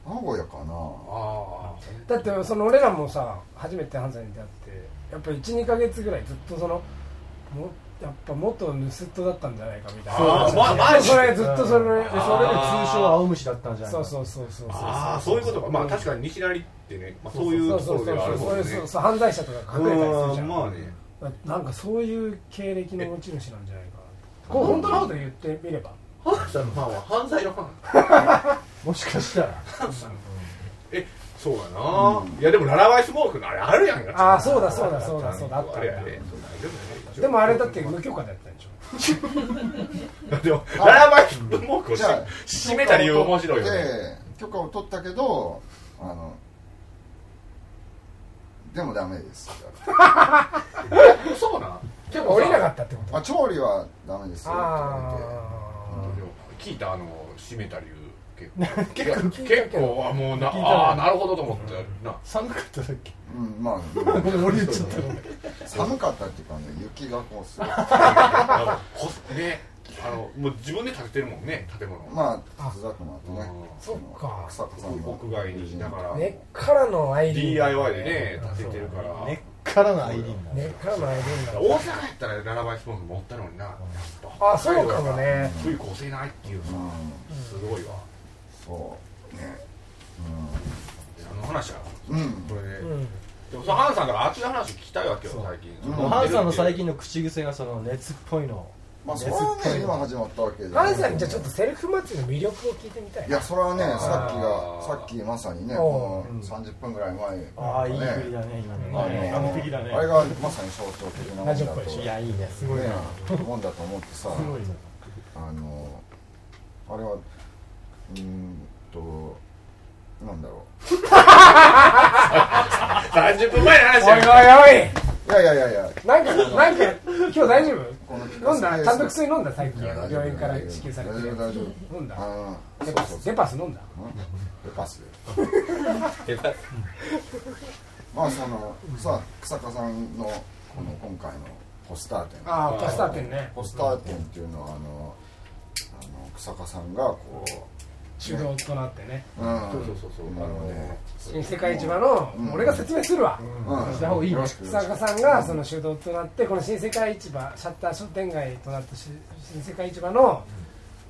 Speaker 6: 名古屋かな
Speaker 3: あ
Speaker 2: だってその俺らもさ初めてハンさんに出会ってやっぱ12か月ぐらいずっとそのもやっぱ元盗っ人だったんじゃないかみたい
Speaker 3: あ
Speaker 2: な
Speaker 3: ーまマジ
Speaker 2: ずっとそれずっとそれ
Speaker 5: うんでそれで通称青虫だったんじゃない
Speaker 2: そ
Speaker 5: か
Speaker 2: うそうそうそう
Speaker 3: ああそういうことかまあ確かに西成ってね、まあ、そういう
Speaker 2: そう
Speaker 3: とこ
Speaker 2: そう
Speaker 3: ろ
Speaker 2: そう
Speaker 3: ではあるもんね
Speaker 2: そうそうそう犯罪者とか隠れたりするじゃ
Speaker 3: うん
Speaker 2: ん
Speaker 3: まあね
Speaker 2: なんかそういう経歴の持ち主なんじゃないかなこう本当のこと言ってみれば
Speaker 3: ハンさんのファンは犯罪のファン
Speaker 5: もしかしたら
Speaker 3: えそうやな、いやでもララバイスモークのあれあるやんか
Speaker 2: ああそうだそうだそうだそうだあった
Speaker 3: あ
Speaker 2: あ
Speaker 3: れ
Speaker 2: っ
Speaker 3: やで、
Speaker 2: たでもあれだって無許可でやったんでしょ
Speaker 3: でもララバイスモークをし
Speaker 6: じゃあ
Speaker 3: 締めた理由面白いよね
Speaker 6: で許可を取ったけどあのでもダメですって言われて
Speaker 3: そうなん
Speaker 2: 結構降りなかったってこと
Speaker 6: あ調理はダメですよって言われて
Speaker 2: あ
Speaker 3: でも聞いたあの締めた理由結構結構結構あもうなああなるほどと思ってな
Speaker 5: 寒かっただっけ
Speaker 6: うんまあでも
Speaker 5: ごめん俺言っちゃった
Speaker 6: 寒かったっていうかね雪がこうすごい
Speaker 3: こねあのもう自分で建ててるもんね建物
Speaker 6: まあ手伝ってもらってね
Speaker 3: あ
Speaker 2: そっか
Speaker 6: 草加さんが
Speaker 3: 屋外にしなが
Speaker 2: あ
Speaker 3: ら
Speaker 2: 根っからのアイリーン
Speaker 3: DIY でね建ててるから
Speaker 5: 根っからのアイリーンだ
Speaker 2: 根っからのアイリーンだ
Speaker 3: 大阪やったら7倍スポンス持ったのになやっぱ
Speaker 2: あそうかもね
Speaker 3: 福井構成ないっていうさ
Speaker 6: うん
Speaker 3: すごいわ
Speaker 6: そうね
Speaker 3: その話や
Speaker 6: うん、うん
Speaker 3: これで
Speaker 2: うん
Speaker 3: でもそのハンさんから熱い話聞きたいわけよ最近
Speaker 6: うん
Speaker 3: その
Speaker 5: ハンさんの最近の口癖がその熱っぽいの
Speaker 6: まあそれはね今始まったわけじゃ
Speaker 2: ハ
Speaker 6: ない
Speaker 2: ンさんにじゃあちょっとセルフ祭りの魅力を聞いてみたい
Speaker 6: いやそれはね
Speaker 3: あー
Speaker 6: さっきがさっきまさにね
Speaker 2: おう
Speaker 6: この30分ぐらい前
Speaker 5: ああいい振り
Speaker 6: ね
Speaker 5: だね今
Speaker 6: あの
Speaker 5: のね完璧だね
Speaker 6: あれがまさに象徴的なも
Speaker 2: ラ
Speaker 6: んだと
Speaker 2: ジオっぽいでしょ
Speaker 5: いやいいねすごい
Speaker 6: ね
Speaker 5: な
Speaker 6: もんだと思ってさ
Speaker 5: すごいな
Speaker 6: あのあれはうーんとなんだろ
Speaker 3: 30分前の話
Speaker 2: おいおい
Speaker 3: や
Speaker 2: お
Speaker 6: ういやいやいやいや
Speaker 2: いなんかなんか今日大丈
Speaker 6: この
Speaker 2: 夫飲んだ単独薬飲んだ最近
Speaker 6: いや大丈夫
Speaker 2: 病院から支給されてるやつ
Speaker 6: 大丈夫大丈
Speaker 2: 飲んだ
Speaker 6: ああそ
Speaker 2: デ
Speaker 6: うそ
Speaker 2: パ
Speaker 6: うそう
Speaker 2: スデパス飲んだ
Speaker 6: でパスで まあそのさ草加さんのこの今回のポスター展
Speaker 2: ああパスタ店ね
Speaker 6: ポスター展っていうのはあのあの草加さんがこ
Speaker 2: 主導となってね
Speaker 6: ううん
Speaker 3: そうそうそうそう
Speaker 6: あのね
Speaker 2: 新世界市場の
Speaker 6: うん
Speaker 2: 俺が説明するわ
Speaker 6: うん
Speaker 5: した方がいいね
Speaker 6: よろしく
Speaker 2: 草加さんがその主導となってこの新世界市場シャッター商店街となったし新世界市場の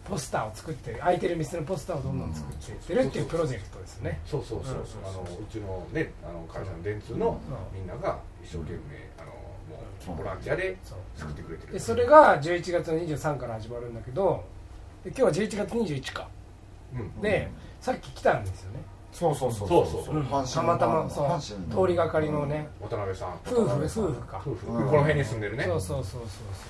Speaker 2: ポスターを作って空いてる店のポスターをどんどん作っていってるっていうプロジェクトですよね
Speaker 3: そうそうそうそうあのうちのねあの会社の電通のみんなが一生懸命あのもうボランティアで
Speaker 2: そう
Speaker 3: 作ってくれてる
Speaker 2: でそれが11月の23から始まるんだけどで今日は11月21か
Speaker 3: うん
Speaker 2: でさっき来たんですよね
Speaker 6: そうそうそう
Speaker 3: そうそう
Speaker 2: うん
Speaker 6: 阪神
Speaker 2: たまたま
Speaker 6: 阪
Speaker 2: そう
Speaker 6: 神の
Speaker 2: 通りがかりのね
Speaker 3: 渡辺さん
Speaker 2: 夫婦夫婦か
Speaker 3: 夫婦こ
Speaker 6: うん
Speaker 3: の辺に住んでるね
Speaker 2: そうそうそう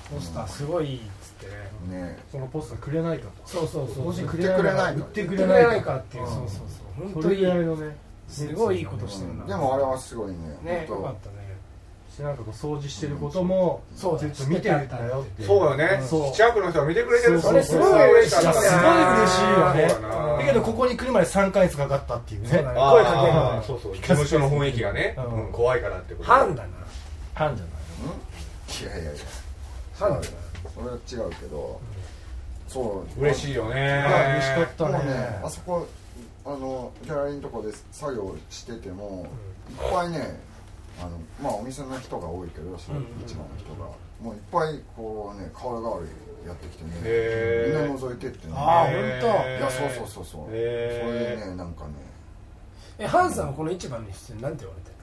Speaker 2: そうポスターすごいいいっつってね
Speaker 6: ね
Speaker 5: そのポスターくれないかと
Speaker 2: そうそうそう
Speaker 5: もし
Speaker 2: 売っ
Speaker 5: く
Speaker 2: て
Speaker 5: れないなら
Speaker 6: 売
Speaker 5: 売
Speaker 6: っ
Speaker 5: って
Speaker 2: く
Speaker 5: てく
Speaker 2: れ
Speaker 5: れ
Speaker 2: な
Speaker 5: ないい
Speaker 2: か
Speaker 5: か
Speaker 2: っていう
Speaker 5: うん
Speaker 2: そうそうそう本
Speaker 5: そ
Speaker 2: 当
Speaker 5: れ
Speaker 2: に
Speaker 5: ぐらいのね
Speaker 2: すごいいいことしてるな
Speaker 6: でもあれはすごいね
Speaker 2: ねよか
Speaker 6: 本
Speaker 2: ったね
Speaker 5: しなんかこう掃除してることも
Speaker 2: そう
Speaker 5: ちょっと見てるんだよって
Speaker 3: そう
Speaker 5: だ
Speaker 3: よね
Speaker 5: そう
Speaker 3: 近くの人が見てくれてる
Speaker 5: そうそうそう
Speaker 2: いやすごい嬉しいよ
Speaker 3: そうだな
Speaker 5: だけどここに来るまで3ヶ月かかったっていう
Speaker 2: そう
Speaker 5: ね
Speaker 2: だね
Speaker 3: あー
Speaker 2: 声かけなが
Speaker 3: そうそう事務所の雰囲気がね
Speaker 5: うん
Speaker 3: うん怖いからってこと
Speaker 2: らハンだな
Speaker 5: ハンじゃない
Speaker 6: 当にいやいやいや
Speaker 2: ハンだ
Speaker 6: それは違うけどそう
Speaker 3: 嬉しいよね
Speaker 5: 嬉しかっ
Speaker 6: でも
Speaker 5: た
Speaker 6: ね
Speaker 5: ね
Speaker 6: あそこあのギャラリーのとこで作業しててもいっぱいねあのまあお店の人が多いけどその市場の人がもういっぱいこうね代わる代わるやってきてねみんな
Speaker 3: へ
Speaker 6: 覗いてってね
Speaker 2: あ
Speaker 6: い
Speaker 2: ーほんと
Speaker 6: やそうそうそうそうそれ
Speaker 3: へー
Speaker 6: でねなんかね
Speaker 2: えハンさんはこの一番に出演なんて言われてる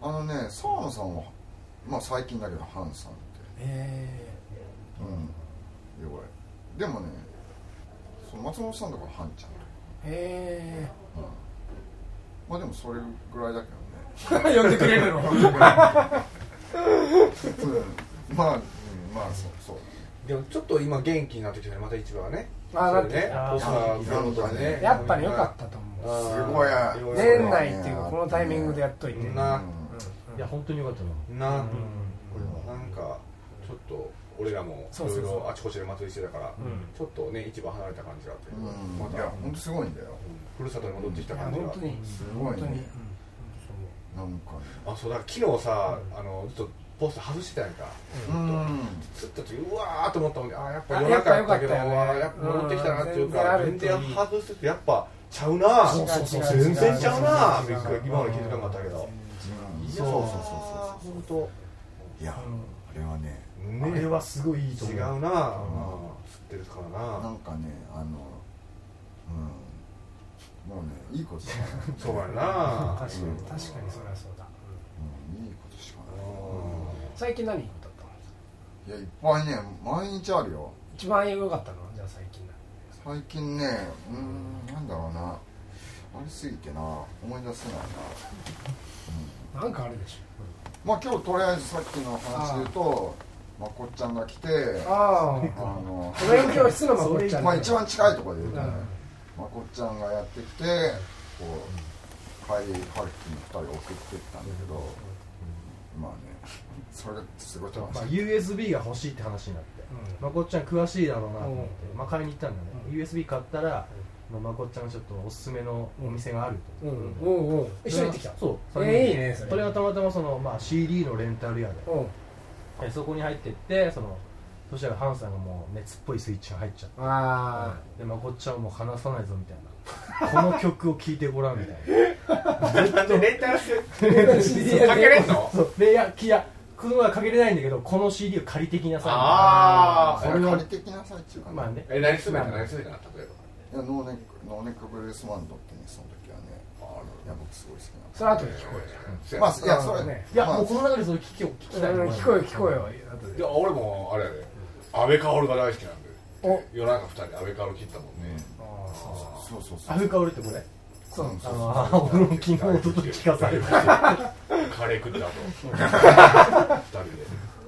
Speaker 6: あのね澤野さんはまあ最近だけどハンさんって
Speaker 2: え
Speaker 6: うん呼ばれでもねその松本さんとかはハンちゃん
Speaker 2: ーえ
Speaker 6: まあでもそれぐらいだけどね
Speaker 2: ー 呼んでくれるの
Speaker 6: うんまあ、うん、まあそうそう
Speaker 3: でもちょっと今元気になってきたねまた市場はね
Speaker 2: あー
Speaker 3: そうね
Speaker 5: なって
Speaker 3: ポスター見ることでね
Speaker 2: やっぱり良かったと思う
Speaker 3: あー
Speaker 6: すごいや
Speaker 3: ろろ
Speaker 2: 年内っていうかこのタイミングでやっといて
Speaker 3: うん
Speaker 2: うん
Speaker 3: な
Speaker 5: うんいや本当によかったな
Speaker 3: な
Speaker 5: うん
Speaker 3: なんかちょっと俺らもい
Speaker 2: そう
Speaker 3: ろ
Speaker 2: そ
Speaker 3: いう
Speaker 2: そう
Speaker 3: ろあちこちで祭りしてたからちょっとね市場離れた感じがあってま
Speaker 6: うんい
Speaker 3: た
Speaker 6: や本当すごいんだよ
Speaker 3: ふるさとに戻ってきた
Speaker 2: いや
Speaker 3: 感じが
Speaker 2: 本当に
Speaker 6: すご
Speaker 2: 本
Speaker 6: い
Speaker 2: 当に
Speaker 6: ねなんかね
Speaker 3: あそうだから昨日さ、あのずっとポスター外してたやんか
Speaker 6: うん
Speaker 3: ずっとうわーと思ったもんであやっぱ
Speaker 2: あ
Speaker 3: 夜中やったけど
Speaker 2: やっぱよかったよね
Speaker 3: わーやっぱ戻ってきたなっていう
Speaker 2: うん
Speaker 3: か
Speaker 2: 全
Speaker 3: 全
Speaker 2: 然あると
Speaker 3: 然
Speaker 2: いい
Speaker 3: 外すってやっぱちゃうな
Speaker 2: そうそうそう
Speaker 3: 全然ちゃうな
Speaker 2: 違う違う違う
Speaker 3: びっくり今まで気づかなかったけど
Speaker 6: うん
Speaker 3: いやー
Speaker 6: そうそうそうそう
Speaker 3: 本当
Speaker 6: いやあれはね
Speaker 3: う
Speaker 5: あれはすごいいいと
Speaker 3: 違
Speaker 5: 思
Speaker 3: う
Speaker 5: う
Speaker 3: なぁ、釣ってるから
Speaker 6: な
Speaker 3: なん
Speaker 6: かねあのうんもうねいいことしかない、
Speaker 3: そうやな
Speaker 2: 確か
Speaker 3: ぁ
Speaker 2: に 確かにそれはそうだ、うん
Speaker 6: うん、いいことしかない、
Speaker 2: 最近何いいことだったの
Speaker 6: いやいっぱいね毎日あるよ
Speaker 2: 一番良かったのじゃあ最近な
Speaker 6: 最近ねうーんなんだろうなありすぎてな思い出せないな
Speaker 2: なんかあるでし
Speaker 6: まあ今日とりあえずさっきの話で言うとまこっちゃんが来て
Speaker 2: ょあ
Speaker 6: あの
Speaker 2: あお勉強室のまこっちゃん
Speaker 6: まあ一番近いところで言うとね
Speaker 2: うん
Speaker 6: まこっちゃんがやってきてこう帰りハルキに2人送ってったんだけどまあねそれがすごい楽し
Speaker 5: まあ、
Speaker 6: い
Speaker 5: USB が欲しいって話になって、
Speaker 2: うん
Speaker 5: まこっちゃん詳しいだろうなと思って、
Speaker 2: うん
Speaker 5: まあ、買いに行ったんだね、
Speaker 2: うん
Speaker 5: USB 買ったら、まあ、まこっちゃんがちょっとおすすめのお店があると、
Speaker 2: うんうんうん一緒に行ってきた
Speaker 5: そう
Speaker 2: えーいいねそ
Speaker 5: そ
Speaker 2: れ
Speaker 5: れがたまたまその、まあ、CD のレンタル屋で
Speaker 2: うん
Speaker 5: えそこに入ってってそのそしたらハンさんがもう熱っぽいスイッチが入っちゃって
Speaker 2: あ
Speaker 5: でまこっちゃんはもう離さないぞみたいなこの曲を聴いてごらんみた い
Speaker 3: なんでレンタルして
Speaker 2: あ CD
Speaker 3: かけれんの
Speaker 5: なそうでいやいやこのはかけれないんだけどこの CD を借りてきなさいみたい
Speaker 3: あ
Speaker 6: それ借りてきなさいっていうか
Speaker 5: な
Speaker 6: ね、
Speaker 5: まあね
Speaker 3: え何すべて何すべてな例え
Speaker 6: いやノーネックノーネックブルースバンドってねその時はねいや僕すごい好きなの
Speaker 2: それ後で聞こ
Speaker 3: ば
Speaker 6: ま
Speaker 3: ま
Speaker 6: あいやそれ、
Speaker 2: ね
Speaker 5: いや
Speaker 6: まあ
Speaker 5: もうこの中でそれ聞きを聞き
Speaker 2: え
Speaker 5: たい
Speaker 2: よ聞こえよ聞こえよ後
Speaker 3: い
Speaker 2: で
Speaker 3: や俺もあれやで安倍薫が大好きなんで
Speaker 2: お
Speaker 3: 夜中二人安倍薫切ったもんね
Speaker 6: そうそうそう
Speaker 5: アフカオルってこれ
Speaker 6: そう
Speaker 5: あ
Speaker 6: そうそう
Speaker 5: のあ俺も昨日おとと聞かされた
Speaker 3: カレー食った後二人で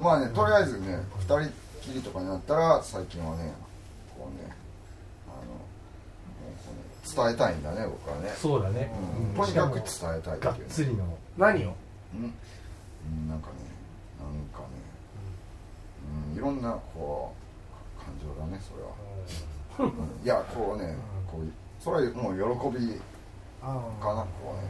Speaker 6: まあねとりあえずね二人きりとかになったら最近はねこうねあのもうこうね伝えたいんだね僕はね、
Speaker 5: そうだね
Speaker 6: うん
Speaker 5: うん
Speaker 6: とにかく伝えたいって
Speaker 5: がっ
Speaker 6: いうね
Speaker 5: つりの
Speaker 2: 何を
Speaker 6: うんうんなんかねなんかね、うん、いろんなこう感情だねそれは、うんいやこうねこうそれはもう喜びかな
Speaker 2: あ
Speaker 6: こうね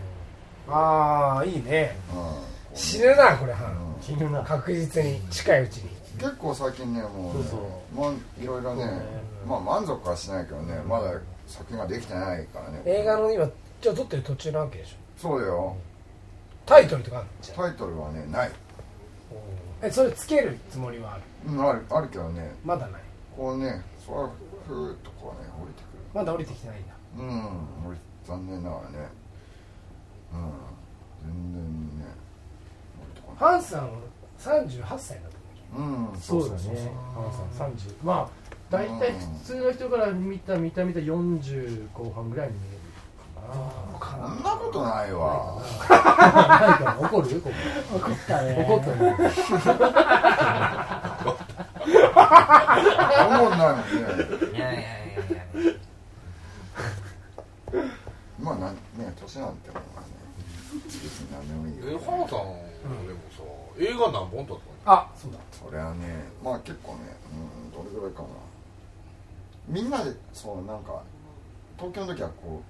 Speaker 2: ーあーいいね
Speaker 6: うんこうね
Speaker 2: 死ぬなこれハ
Speaker 6: う
Speaker 2: ン
Speaker 6: ん
Speaker 5: 死ぬな
Speaker 2: 確実に近いうちに
Speaker 6: 結構最近ねもうね
Speaker 5: そう
Speaker 6: まあいろいろね
Speaker 5: そうね
Speaker 6: まあ満足はしないけどねまだ作品ができてないからね
Speaker 2: 映画の今じゃあ撮ってる途中なわけでしょ
Speaker 6: そうだよ
Speaker 2: タイトルとかあるのじゃあ
Speaker 6: タイトルはねない
Speaker 2: えそれつけるつもりはある
Speaker 6: うんあるあるけどね
Speaker 2: まだない
Speaker 6: こうねそれはふーっとこうね降りてく
Speaker 2: まだ降りてきてないんだ
Speaker 6: るうん俺残念ながらねうん全然ね降りてこない
Speaker 2: ハンさんは38歳だと
Speaker 6: うん
Speaker 5: そうだね
Speaker 2: そう
Speaker 5: ハンさん30まあ大体普通の人から見た見た見た40後半ぐらいに見えるか
Speaker 6: そんなことないわ
Speaker 5: なないかな 怒るこ
Speaker 2: 思う怒った
Speaker 5: こ怒ったね
Speaker 6: そんなことないもんね
Speaker 7: いやいやいやいや
Speaker 6: まあなんね年なんてもうね別に何でもいいよ、
Speaker 3: え
Speaker 6: ね、
Speaker 3: ハンさんはでもさ映画何本撮った
Speaker 2: あそうだ
Speaker 6: それはねまあ結構ねうんどれぐらいかなみんなでそうなんか東京の時はこ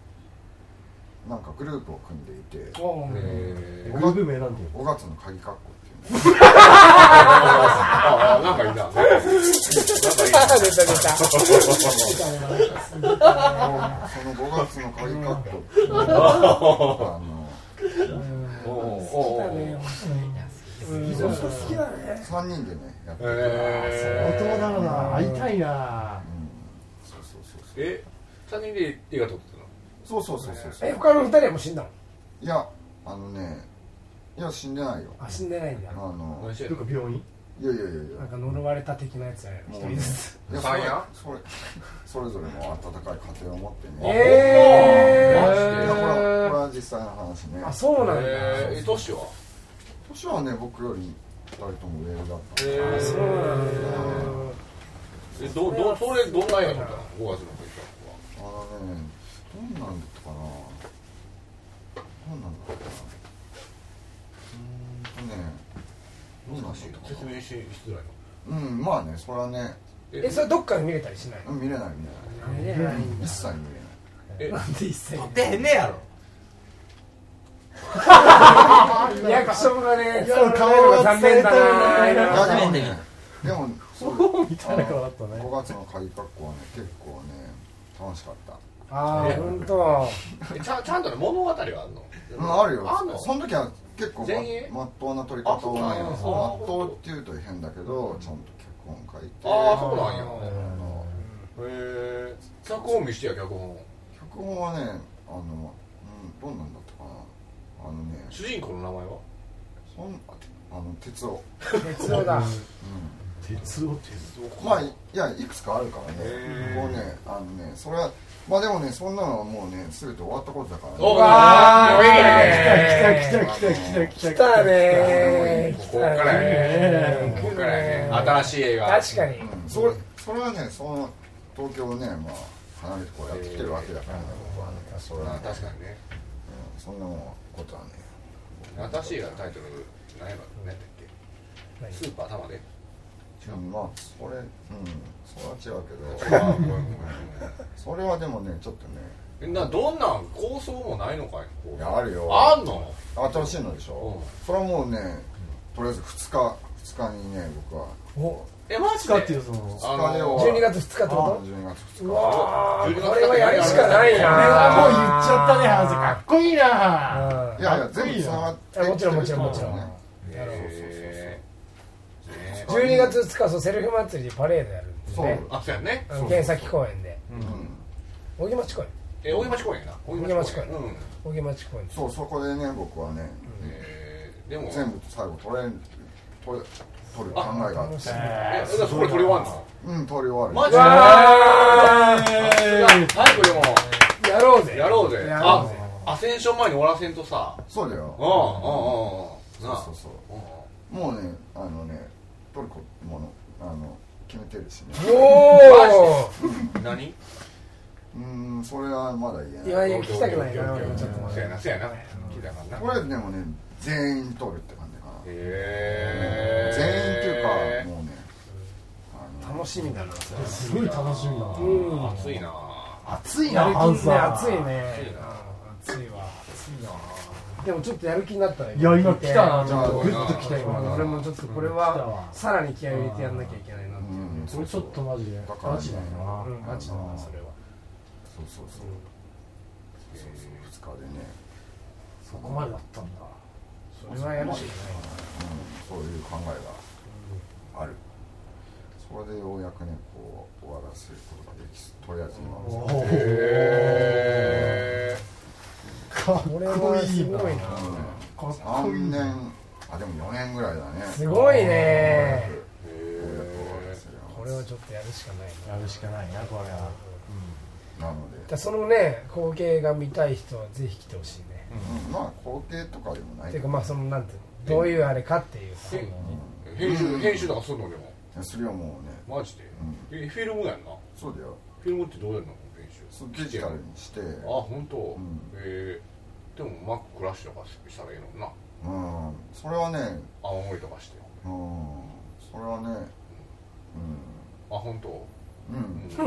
Speaker 6: うなんかグループを組んでいて
Speaker 2: お
Speaker 3: の
Speaker 2: ー
Speaker 3: え
Speaker 5: グループ名なんていう
Speaker 6: 5月の鍵格好っていう
Speaker 3: ああなんかいいななんかいいな
Speaker 2: 出た出た
Speaker 6: のをその5月の鍵格好っていうのをあの
Speaker 3: おうおう
Speaker 2: 好きだ
Speaker 3: おう
Speaker 2: ねうん
Speaker 6: そう
Speaker 2: 好きだね
Speaker 6: 3人でねやってて、
Speaker 5: 大人
Speaker 3: え
Speaker 5: だな会いたいな
Speaker 6: うん、そうそうそうそ
Speaker 3: え
Speaker 6: う
Speaker 3: 三人で映画撮ってたの
Speaker 6: そうそうそうそうそう
Speaker 2: え他の二人はもう死んだの
Speaker 6: いやあのねいや死んでないよ
Speaker 2: あ死んでないんだ
Speaker 6: あの
Speaker 3: 何してん
Speaker 5: ど
Speaker 3: の
Speaker 5: っか病院
Speaker 6: いやいやいやい
Speaker 2: なん
Speaker 6: や
Speaker 2: か呪われた的なやつやね一
Speaker 6: もう
Speaker 2: 人
Speaker 6: ね
Speaker 2: ずつ
Speaker 6: いや
Speaker 3: 三夜
Speaker 6: それそれそれぞれの温かい家庭を持ってね
Speaker 2: え
Speaker 3: マジ
Speaker 6: い
Speaker 3: で
Speaker 6: やこれはこれは実際の話ね
Speaker 2: ーあそうなんだ
Speaker 3: えー、都市は
Speaker 6: 年はね僕より2人とも上だった
Speaker 3: えー、
Speaker 2: そうなんだ
Speaker 3: えどどそれどんな映画撮ったの5月の時は
Speaker 6: あのねどんなんだったかなどんなんだったかなうーんとねどんなんだったか
Speaker 3: 説明ししづらいの
Speaker 6: なうんまあねそれはね
Speaker 2: えそれどっかで見れたりしない
Speaker 6: うん見れない見れ
Speaker 2: の見れないん
Speaker 6: な
Speaker 2: だ
Speaker 6: い一切見れな
Speaker 2: な
Speaker 3: え
Speaker 6: い
Speaker 2: んで一切
Speaker 4: 撮ってへんねやろ
Speaker 2: リアクションがね
Speaker 5: や顔が
Speaker 2: 残念だ
Speaker 6: いや
Speaker 2: な
Speaker 6: でもねでもそう
Speaker 5: みたいな顔だったね
Speaker 6: 5月の鍵格好はね結構ね楽しかった
Speaker 2: あー本当。
Speaker 3: えちゃんちゃんとね物語はあるの
Speaker 6: うんあるよ
Speaker 3: あんの
Speaker 6: その時は結構
Speaker 3: 前衛
Speaker 6: ままっとうな取り方をなんや
Speaker 3: あ
Speaker 6: ま
Speaker 3: そうなんや
Speaker 6: っとうっていうと変だけどちゃんと脚本書いて
Speaker 3: ああそうなんや
Speaker 6: あの
Speaker 3: へえ脚本見してや脚本
Speaker 6: 脚本はねあの、うん、どんなんだったかなあのね
Speaker 3: 主人公の名前は
Speaker 6: そんあの鉄を、
Speaker 2: 鉄道だ
Speaker 5: 鉄を
Speaker 6: うん、まあいやいくつかあるからねもうねあのねそれはまあでもねそんなのはもうね全て終わったことだから、ね、
Speaker 3: お
Speaker 2: わー
Speaker 3: え
Speaker 2: 来た来た来た来た来た来た来たね
Speaker 3: ここからやねここからやね新しい映画
Speaker 2: 確かに
Speaker 6: うんそれそれはねその東京をねまあ離れてこうやってきてるわけだからね僕はねそれは
Speaker 3: あ
Speaker 6: ね、
Speaker 3: 確かにね
Speaker 6: うんそんなもんことはね
Speaker 3: 新しい映画のタイトル何やったっけスーパー玉で
Speaker 6: うんまあそれうんそれは違うけど
Speaker 3: ああごめんごめん
Speaker 6: それはでもねちょっとね
Speaker 3: ごめんなどんなん構想もないのかい
Speaker 6: いやあるよ
Speaker 3: あんの
Speaker 6: 新しいのでしょ、それはもうねとりあえず2日2日にね僕は
Speaker 2: お
Speaker 3: えマジ
Speaker 5: 使って
Speaker 3: で
Speaker 5: よその
Speaker 3: あ
Speaker 6: 二日で
Speaker 3: の
Speaker 6: 終わ
Speaker 2: 12月2日ってこ
Speaker 6: 12月2
Speaker 2: とう
Speaker 6: 日
Speaker 2: わ
Speaker 3: 12
Speaker 2: ー
Speaker 3: 月
Speaker 2: これはやるしかないな
Speaker 5: これはもう言っちゃったねハンセンかっこいいな
Speaker 2: うん
Speaker 6: いやいや全部つながって
Speaker 2: あもちろんもちろんもちろん
Speaker 6: ね
Speaker 2: なるほど
Speaker 3: ええ
Speaker 2: 12月2日そうセルフ祭りでパレードやるんです
Speaker 6: そう
Speaker 2: ね
Speaker 3: あそうやね
Speaker 2: あの剣先公園で
Speaker 6: うん
Speaker 2: 小木町公園
Speaker 3: え大井町公園やな大
Speaker 2: 大
Speaker 3: うん
Speaker 2: 小木町公園
Speaker 6: そうそこでね僕はね
Speaker 3: えーでも
Speaker 6: 全部最後取れん取れ取る考えがあって
Speaker 2: 楽しみ
Speaker 3: え
Speaker 5: え
Speaker 3: だからそれ取り終わんの
Speaker 6: うん取り終わ
Speaker 3: マ
Speaker 6: る
Speaker 3: ジで
Speaker 2: わ
Speaker 3: 早くでも
Speaker 2: ーやろうぜ
Speaker 3: やろうぜ
Speaker 2: やろう
Speaker 3: あ
Speaker 2: ぜ
Speaker 3: アセンション前に終わらせんとさ
Speaker 6: そうだ
Speaker 3: うんう
Speaker 6: よ
Speaker 3: んうんうんなあ
Speaker 6: そうそうそう
Speaker 3: うん
Speaker 6: もうねあのねトルコものあの決めてるしね
Speaker 2: お
Speaker 3: 何
Speaker 6: うーんそれはまだ言
Speaker 2: おい
Speaker 6: えな
Speaker 2: や
Speaker 6: い
Speaker 2: いや聞きたくないな
Speaker 3: オッケーオッ
Speaker 2: ち
Speaker 3: ケーオッケー
Speaker 2: ょっと待っ
Speaker 3: そうや
Speaker 2: て
Speaker 3: なそうやな聞いたからな
Speaker 6: とりあえずでもね全員取るって感じかな
Speaker 3: へー
Speaker 6: 全員っていうかもうねあの
Speaker 2: 楽しみだなそれ
Speaker 5: すごい楽しみだな
Speaker 2: うん
Speaker 3: 熱いな
Speaker 5: 熱い
Speaker 2: や
Speaker 5: な
Speaker 2: る
Speaker 5: ハン
Speaker 2: 気
Speaker 5: セ
Speaker 2: ね
Speaker 5: ン
Speaker 2: 熱いね
Speaker 3: 熱いな
Speaker 2: 熱いわでもちょっとやる気になったね
Speaker 5: いや今
Speaker 2: 聞いて
Speaker 5: 来たなち
Speaker 6: じ
Speaker 5: ょ
Speaker 6: ゃ
Speaker 5: っ
Speaker 6: あ
Speaker 5: とグッと来た
Speaker 2: うん
Speaker 5: 今
Speaker 2: 俺もちょっとこれ
Speaker 5: 来た
Speaker 2: は
Speaker 5: わ
Speaker 2: さらに気合い入れてやんなきゃいけないなっていうう、
Speaker 6: ん
Speaker 5: それちょっとマジで
Speaker 6: だからね
Speaker 5: ガチだよな
Speaker 2: うん、マジだなそれは
Speaker 6: そうそうそうそうそう2日でね
Speaker 5: そこまでだったんだ
Speaker 2: それはやるしか
Speaker 6: うんそういう考えがあるそれでようやくねこう終わらせることができとりあえず今
Speaker 5: お
Speaker 6: は
Speaker 3: へ
Speaker 5: かっ
Speaker 2: ない
Speaker 5: こ
Speaker 2: これはいす
Speaker 5: いな
Speaker 2: ごいな
Speaker 5: かっこい
Speaker 6: 3
Speaker 5: い
Speaker 6: 年あでも4年ぐらいだね
Speaker 2: すごいね
Speaker 3: ー
Speaker 6: ようやく終わらせる
Speaker 2: これはちょっとやるしかないな
Speaker 5: やるしかないなこれは
Speaker 6: なので
Speaker 2: だからそのね光景が見たい人はぜひ来てほしいね、
Speaker 6: うんまあ皇帝とかでもない
Speaker 2: ていう
Speaker 6: けど
Speaker 2: かまあそのなんていうのどういうあれかっていうさ
Speaker 3: へ編集編集とかするのでも
Speaker 6: それはもうね
Speaker 3: マジでえフィルムやんな
Speaker 6: そうだよ
Speaker 3: フィルムってどうやるの編集
Speaker 6: そうデジタルにして
Speaker 3: あ本当。
Speaker 6: ん
Speaker 3: えーでも Mac クラッシュとかしたらいいのにな
Speaker 6: うんそれはね
Speaker 3: 青森とかして
Speaker 6: うんそれはね
Speaker 3: あ本当。
Speaker 6: うんうん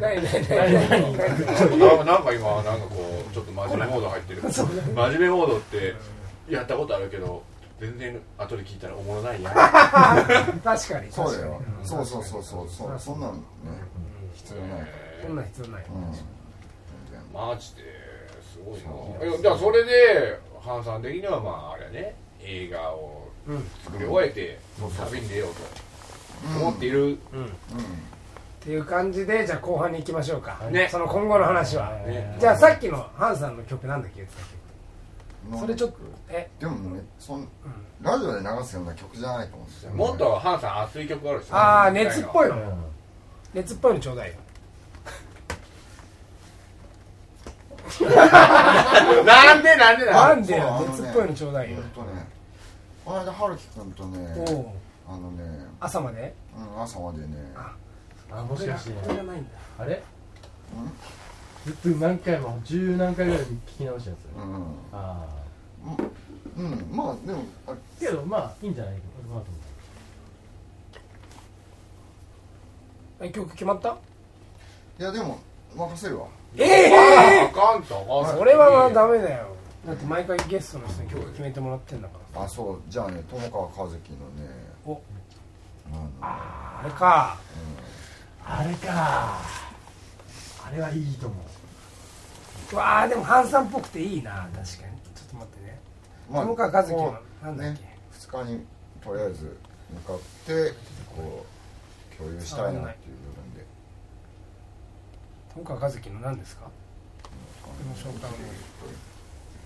Speaker 2: ないないないない
Speaker 3: あなんか今なんかこうちょっと真面目モード入ってる真面目モードってやったことあるけど全然後で聞いたらおもろないやん
Speaker 2: 確かに確
Speaker 6: そうだ
Speaker 2: かに
Speaker 6: よそうそうそうそうそうそんなのね必要ないから
Speaker 2: そんなん必要ない、
Speaker 6: うん全然
Speaker 3: マジですごいなえじゃあそれでハンさん的にはまああれね映画を作り終えて旅に出ようと思ってい
Speaker 2: っ
Speaker 3: る
Speaker 2: ていう感じでじゃあ後半に行きましょうか、
Speaker 3: ね
Speaker 2: その今後の話は、
Speaker 3: ね
Speaker 2: じゃあさっきのハンさんの曲なんだっけ言ってた
Speaker 6: うん
Speaker 2: それちょっとえ
Speaker 6: でもねそんラジオで流すような曲じゃないと思うんですよ
Speaker 3: もっとハンさん熱い曲あるでしょ
Speaker 2: ああ熱っぽいの、
Speaker 5: うん
Speaker 2: 熱っぽいのちょうだいよ
Speaker 3: なんでなんで
Speaker 2: な
Speaker 3: なん
Speaker 2: んでよ
Speaker 6: そうあのね
Speaker 2: 熱っぽいのちょうだいよ
Speaker 6: ほんとねこの間春樹君と
Speaker 2: お
Speaker 6: ね
Speaker 2: お
Speaker 6: あのね
Speaker 2: 朝まで
Speaker 6: うん朝までね
Speaker 5: あもしかして
Speaker 2: これがないんだ
Speaker 5: あれずっと何回も十何回ぐらい聞き直したやつ
Speaker 6: うん
Speaker 5: ああ
Speaker 6: うんまあでもあ
Speaker 5: けどまあいいんじゃないかなと思
Speaker 2: え曲決まった
Speaker 6: いやでも任せるわ
Speaker 2: え
Speaker 3: あ
Speaker 2: え
Speaker 3: かんと
Speaker 2: それはまあダメだよだって毎回ゲストの人に曲決めてもらってんだから
Speaker 6: あそうじゃあね友川一樹のね
Speaker 2: お
Speaker 6: あ
Speaker 2: あれか
Speaker 5: うあれかあれはいいと思う
Speaker 2: うわあでもハンさんっぽくていいな確かにちょっと待ってね
Speaker 6: まあ
Speaker 2: 友川和樹
Speaker 6: こ
Speaker 2: の
Speaker 6: う
Speaker 2: なんだっけ、
Speaker 6: ね2日にとりあえず向かってこう共有したいなっていう部分で
Speaker 2: 友川和樹の何ですかこの
Speaker 6: 行
Speaker 2: 紹介を
Speaker 6: って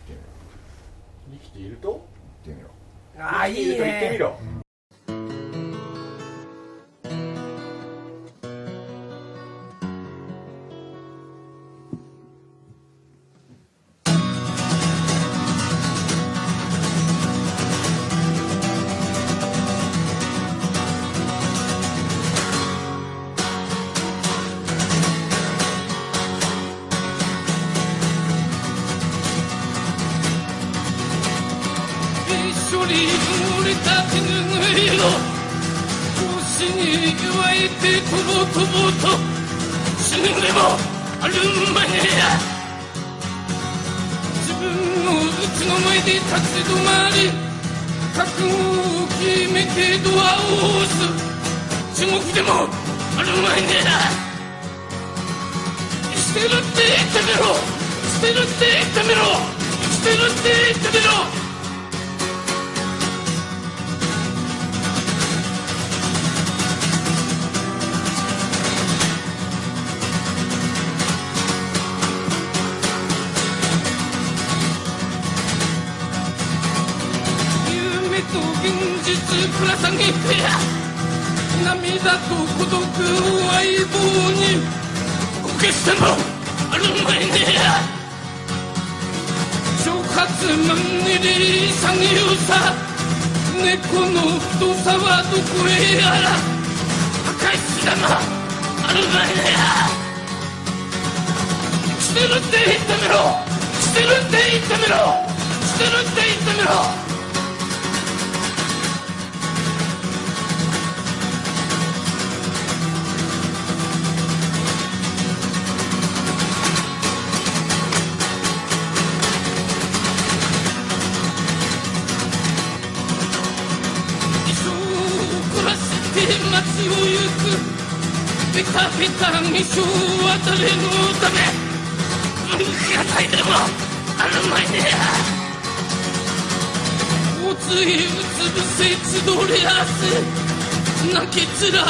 Speaker 6: みろ
Speaker 3: 生きていると
Speaker 6: 行ってみろ
Speaker 2: ああ
Speaker 3: 生き
Speaker 2: い
Speaker 3: て
Speaker 2: い
Speaker 3: ると言ってみ
Speaker 2: ね
Speaker 3: ろ
Speaker 8: 一緒に降り立てぬ夜の星に湧いてとぼとぼと死ぬでもあるまいや自分のうちの前で立ち止まり覚悟を決めてドアを押す地獄でもあるまいや捨てるって言ってみろ捨てるって言ってみろ捨てるって言ってみろ夢と現実ぶら下げて涙と孤独を相棒にこけしてもあるまいね挑発まみれ潔さ猫の太さはどこへやら破壊しだなあるまいね捨てるって言ってみろ捨てるって言ってみろ捨てるって言ってみろ一生暮らして街を行くベタベタ未生は誰のため文化財でもあるまいね交通費うつぶせ千鳥汗泣きつら後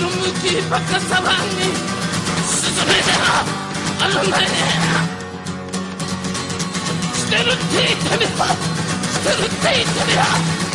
Speaker 8: ろ向きバカ騒ぎすずめでもあるまいね捨てるって言ってみろ捨てるって言ってみろ